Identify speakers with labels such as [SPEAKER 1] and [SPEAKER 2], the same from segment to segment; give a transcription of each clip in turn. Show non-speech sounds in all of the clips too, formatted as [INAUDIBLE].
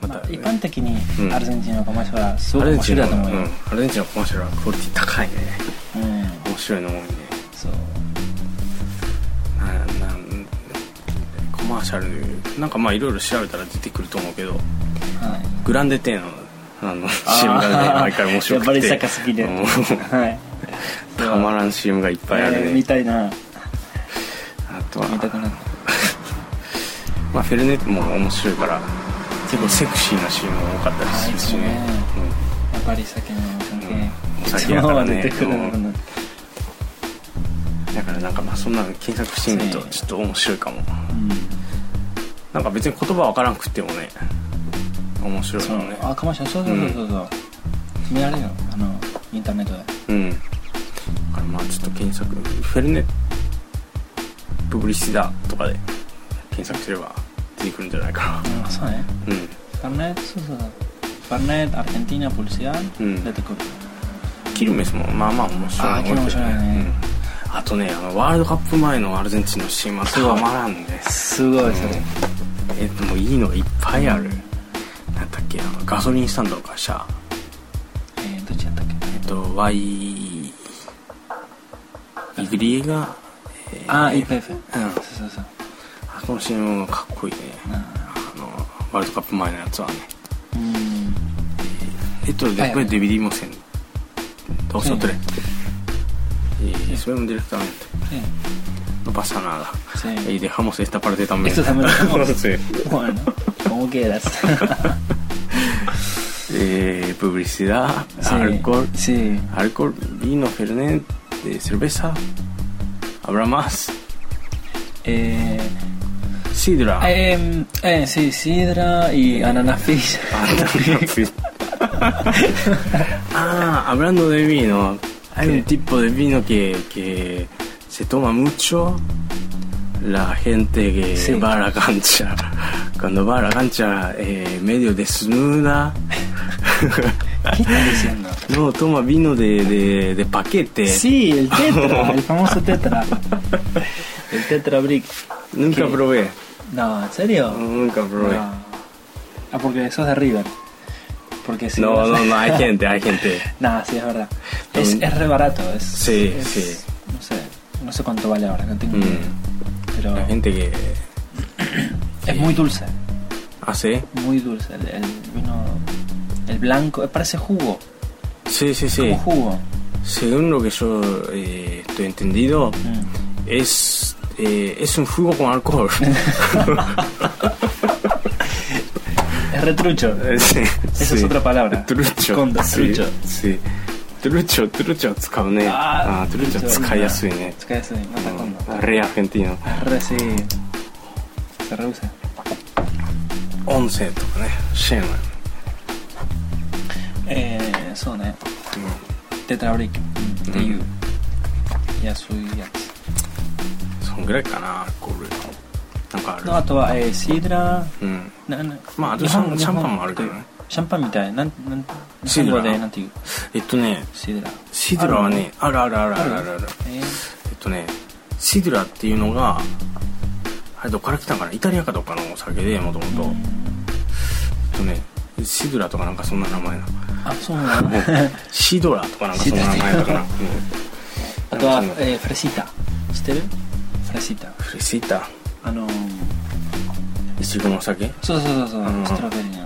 [SPEAKER 1] まあ
[SPEAKER 2] たよ
[SPEAKER 1] 一
[SPEAKER 2] ね
[SPEAKER 1] 般的に
[SPEAKER 2] うん
[SPEAKER 1] アルゼンチンのコマーシャルはす
[SPEAKER 2] ア
[SPEAKER 1] ごく
[SPEAKER 2] ルゼン
[SPEAKER 1] 面
[SPEAKER 2] チン
[SPEAKER 1] 白い
[SPEAKER 2] の
[SPEAKER 1] と思うよ、
[SPEAKER 2] うんアルゼンチンのコマーシャルはクオリティ高いね
[SPEAKER 1] うん
[SPEAKER 2] 面白いの多いね
[SPEAKER 1] そう
[SPEAKER 2] ななんコマーシャルなんかまあいろいろ調べたら出てくると思うけど
[SPEAKER 1] はい
[SPEAKER 2] グランデテーのあの CM がね
[SPEAKER 1] あー
[SPEAKER 2] 毎回面白くて
[SPEAKER 1] やっぱりサッカー好きで
[SPEAKER 2] うん
[SPEAKER 1] はい
[SPEAKER 2] たまらん CM がいっぱいある
[SPEAKER 1] えー
[SPEAKER 2] ね、
[SPEAKER 1] 見たいな
[SPEAKER 2] あとは
[SPEAKER 1] 見たくなった
[SPEAKER 2] まあ、フェルネットも面白いから結構セクシーなシーンも多かったりするしね、
[SPEAKER 1] はいやっぱり酒の関
[SPEAKER 2] うんお
[SPEAKER 1] 係
[SPEAKER 2] 酒やから
[SPEAKER 1] い
[SPEAKER 2] ね
[SPEAKER 1] つも出てくるのかな
[SPEAKER 2] うんだからなんかまあそんなの検索してみるとちょっと面白いかもなんか別に言葉わからんくってもね面白い
[SPEAKER 1] そう
[SPEAKER 2] も
[SPEAKER 1] ん
[SPEAKER 2] ね
[SPEAKER 1] あかましそうそうそうそうそう見られるよあのインターネットで
[SPEAKER 2] うんだからまあちょっと検索フェルネットブリシダとかで検索すれば出てくるんじゃないか
[SPEAKER 1] うんそうね
[SPEAKER 2] なうん
[SPEAKER 1] パンネットそうそうそうパンネットアルゼンティーナポリシア
[SPEAKER 2] うん
[SPEAKER 1] 出てくる
[SPEAKER 2] キルメスもまあまあ面白いの多
[SPEAKER 1] あ
[SPEAKER 2] いけど
[SPEAKER 1] ーキルメス面白いね
[SPEAKER 2] うんあとねあのワールドカップ前のアルゼンチンのシーンはたまらんね
[SPEAKER 1] すごいそれ
[SPEAKER 2] えでもいいのがいっぱいある、なんだっけあのガソリンスタンドの会社
[SPEAKER 1] えーどっちやったっけ
[SPEAKER 2] えっと Y イグリエが
[SPEAKER 1] あ IPF そう
[SPEAKER 2] うん
[SPEAKER 1] そうそう
[SPEAKER 2] あこの CM がかっこいいね
[SPEAKER 1] あ
[SPEAKER 2] あのワールドカップ前のやつはね
[SPEAKER 1] ーうん
[SPEAKER 2] えっと
[SPEAKER 1] はい
[SPEAKER 2] después de vivir en dos o tres y subimos directamente
[SPEAKER 1] Sí,
[SPEAKER 2] no pasa nada
[SPEAKER 1] sí.
[SPEAKER 2] y dejamos esta parte también
[SPEAKER 1] Esto también lo dejamos.
[SPEAKER 2] [LAUGHS] sí.
[SPEAKER 1] Bueno, como
[SPEAKER 2] [LAUGHS]
[SPEAKER 1] quieras.
[SPEAKER 2] eh, publicidad
[SPEAKER 1] Sí,
[SPEAKER 2] alcohol
[SPEAKER 1] Sí.
[SPEAKER 2] alcohol, vino, fernet, eh, cerveza. Habrá más.
[SPEAKER 1] Eh,
[SPEAKER 2] Sidra.
[SPEAKER 1] eh, eh, sí, sidra y ananas fish.
[SPEAKER 2] [LAUGHS] ah, hablando de vino, hay
[SPEAKER 1] ¿Qué?
[SPEAKER 2] un tipo de vino que, que se toma mucho la gente que
[SPEAKER 1] Sí.
[SPEAKER 2] va a la cancha. Cuando va a la cancha eh, medio desnuda,
[SPEAKER 1] ¿Qué estás diciendo?
[SPEAKER 2] no, toma vino de, de- de paquete.
[SPEAKER 1] Sí, el tetra, el famoso tetra. El tetra brick.
[SPEAKER 2] Nunca
[SPEAKER 1] ¿Qué?
[SPEAKER 2] probé,
[SPEAKER 1] No, ¿en serio?
[SPEAKER 2] nunca probé.
[SPEAKER 1] No. Ah, porque sos de River. Porque sí.
[SPEAKER 2] No, no,
[SPEAKER 1] [LAUGHS]
[SPEAKER 2] no, hay gente, hay gente.
[SPEAKER 1] Nada, sí, es verdad. Es,
[SPEAKER 2] Mm.
[SPEAKER 1] es re barato. Es,
[SPEAKER 2] Sí,
[SPEAKER 1] es-
[SPEAKER 2] sí.
[SPEAKER 1] No sé, no sé cuánto vale ahora, no tengo
[SPEAKER 2] Mm.
[SPEAKER 1] idea. Pero
[SPEAKER 2] Hay gente que
[SPEAKER 1] es muy dulce,
[SPEAKER 2] hace.
[SPEAKER 1] muy dulce. El, el vino, el blanco, eh, parece jugo,
[SPEAKER 2] Sí, sí, sí.
[SPEAKER 1] como jugo.
[SPEAKER 2] Según lo que yo eh, estoy entendido,
[SPEAKER 1] Mm.
[SPEAKER 2] es, eh, es un jugo con [LAUGHS] alcohol.
[SPEAKER 1] Es retrucho.
[SPEAKER 2] Sí,
[SPEAKER 1] Esa es
[SPEAKER 2] sí.
[SPEAKER 1] otra palabra.
[SPEAKER 2] Trucho.
[SPEAKER 1] Conda,
[SPEAKER 2] sí,
[SPEAKER 1] trucho.
[SPEAKER 2] sí. Trucho, trucho 使うね。あー
[SPEAKER 1] trucho,
[SPEAKER 2] trucho 使いやすいね。
[SPEAKER 1] Tsuka ya soy, mata
[SPEAKER 2] Mm.
[SPEAKER 1] conda.
[SPEAKER 2] レアフェンティーノ。
[SPEAKER 1] Re, sí. Se rehúsa.
[SPEAKER 2] 音声とかね、シェーマン。
[SPEAKER 1] Eh, son, eh. Tetra Brick. Mm, Ryu.
[SPEAKER 2] Mm.
[SPEAKER 1] Yasuyatsu.
[SPEAKER 2] うんそんぐらいかな、アルコール。なんかある。
[SPEAKER 1] No, a toda, eh, sidra.
[SPEAKER 2] うん。
[SPEAKER 1] なな
[SPEAKER 2] まああと
[SPEAKER 1] 日本日
[SPEAKER 2] シャン
[SPEAKER 1] 本
[SPEAKER 2] シャンパンもあるけどね
[SPEAKER 1] シャンパンみたいなんなん
[SPEAKER 2] シドラ
[SPEAKER 1] 日本語でなんていう
[SPEAKER 2] えっとね、
[SPEAKER 1] シドラ
[SPEAKER 2] シドラはね、あるあるあるあるあるある。
[SPEAKER 1] えー
[SPEAKER 2] えっとねシドラっていうのがあれどっから来たんかなイタリアかどっかのお酒でもともと
[SPEAKER 1] うん
[SPEAKER 2] えっとねシドラとかなんかそんな名前な
[SPEAKER 1] あそうなの [LAUGHS]
[SPEAKER 2] シドラとかなんかそんな名前だから
[SPEAKER 1] あとは
[SPEAKER 2] なんかその
[SPEAKER 1] えーフレシータ知ってるフレシータ
[SPEAKER 2] フレシータ
[SPEAKER 1] あのー
[SPEAKER 2] イチゴのお酒な
[SPEAKER 1] そうそうそうそう
[SPEAKER 2] うん
[SPEAKER 1] ストロベリーの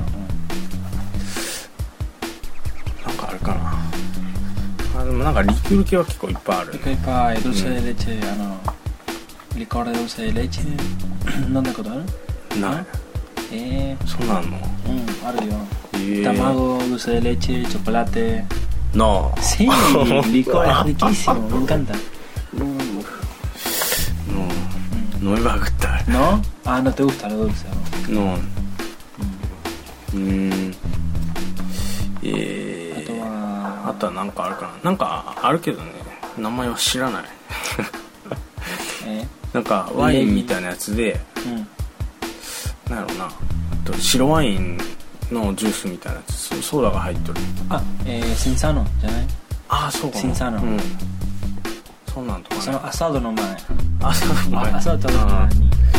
[SPEAKER 1] うん
[SPEAKER 2] んかあるかなあでもなんかリキュール系は結構いっぱいある
[SPEAKER 1] リカイパードルセデレチェあのリコールドルセデレ [CLEARS THROAT] チェ飲んだことある
[SPEAKER 2] ない
[SPEAKER 1] え
[SPEAKER 2] そうなの
[SPEAKER 1] ーうんあるよ
[SPEAKER 2] え
[SPEAKER 1] Eh,
[SPEAKER 2] え
[SPEAKER 1] mm, Tamago, dulce de leche, chocolate.
[SPEAKER 2] なあ [LAUGHS]
[SPEAKER 1] Sí, licor es riquísimo, me encanta.
[SPEAKER 2] もう飲みまくったな
[SPEAKER 1] ¿No? Ah, no te gusta lo dulce. ¿no?
[SPEAKER 2] あうんえ
[SPEAKER 1] A
[SPEAKER 2] え
[SPEAKER 1] tomar-
[SPEAKER 2] あとはなんかあるかななんかあるけどね名前は知らない [LAUGHS]
[SPEAKER 1] eh,
[SPEAKER 2] なんかワインみたいなやつで
[SPEAKER 1] mm,
[SPEAKER 2] なんやろうなえっと白ワインのジュースみたいなやつソソーダが入っとる
[SPEAKER 1] Ah, eh, sinsano, ¿ya ves?
[SPEAKER 2] ああそうかな
[SPEAKER 1] 新鮮な
[SPEAKER 2] うんそうなんとか
[SPEAKER 1] Son
[SPEAKER 2] ね
[SPEAKER 1] asado nomás. eh.
[SPEAKER 2] あそう
[SPEAKER 1] Ah,
[SPEAKER 2] か
[SPEAKER 1] asado
[SPEAKER 2] あ
[SPEAKER 1] todo.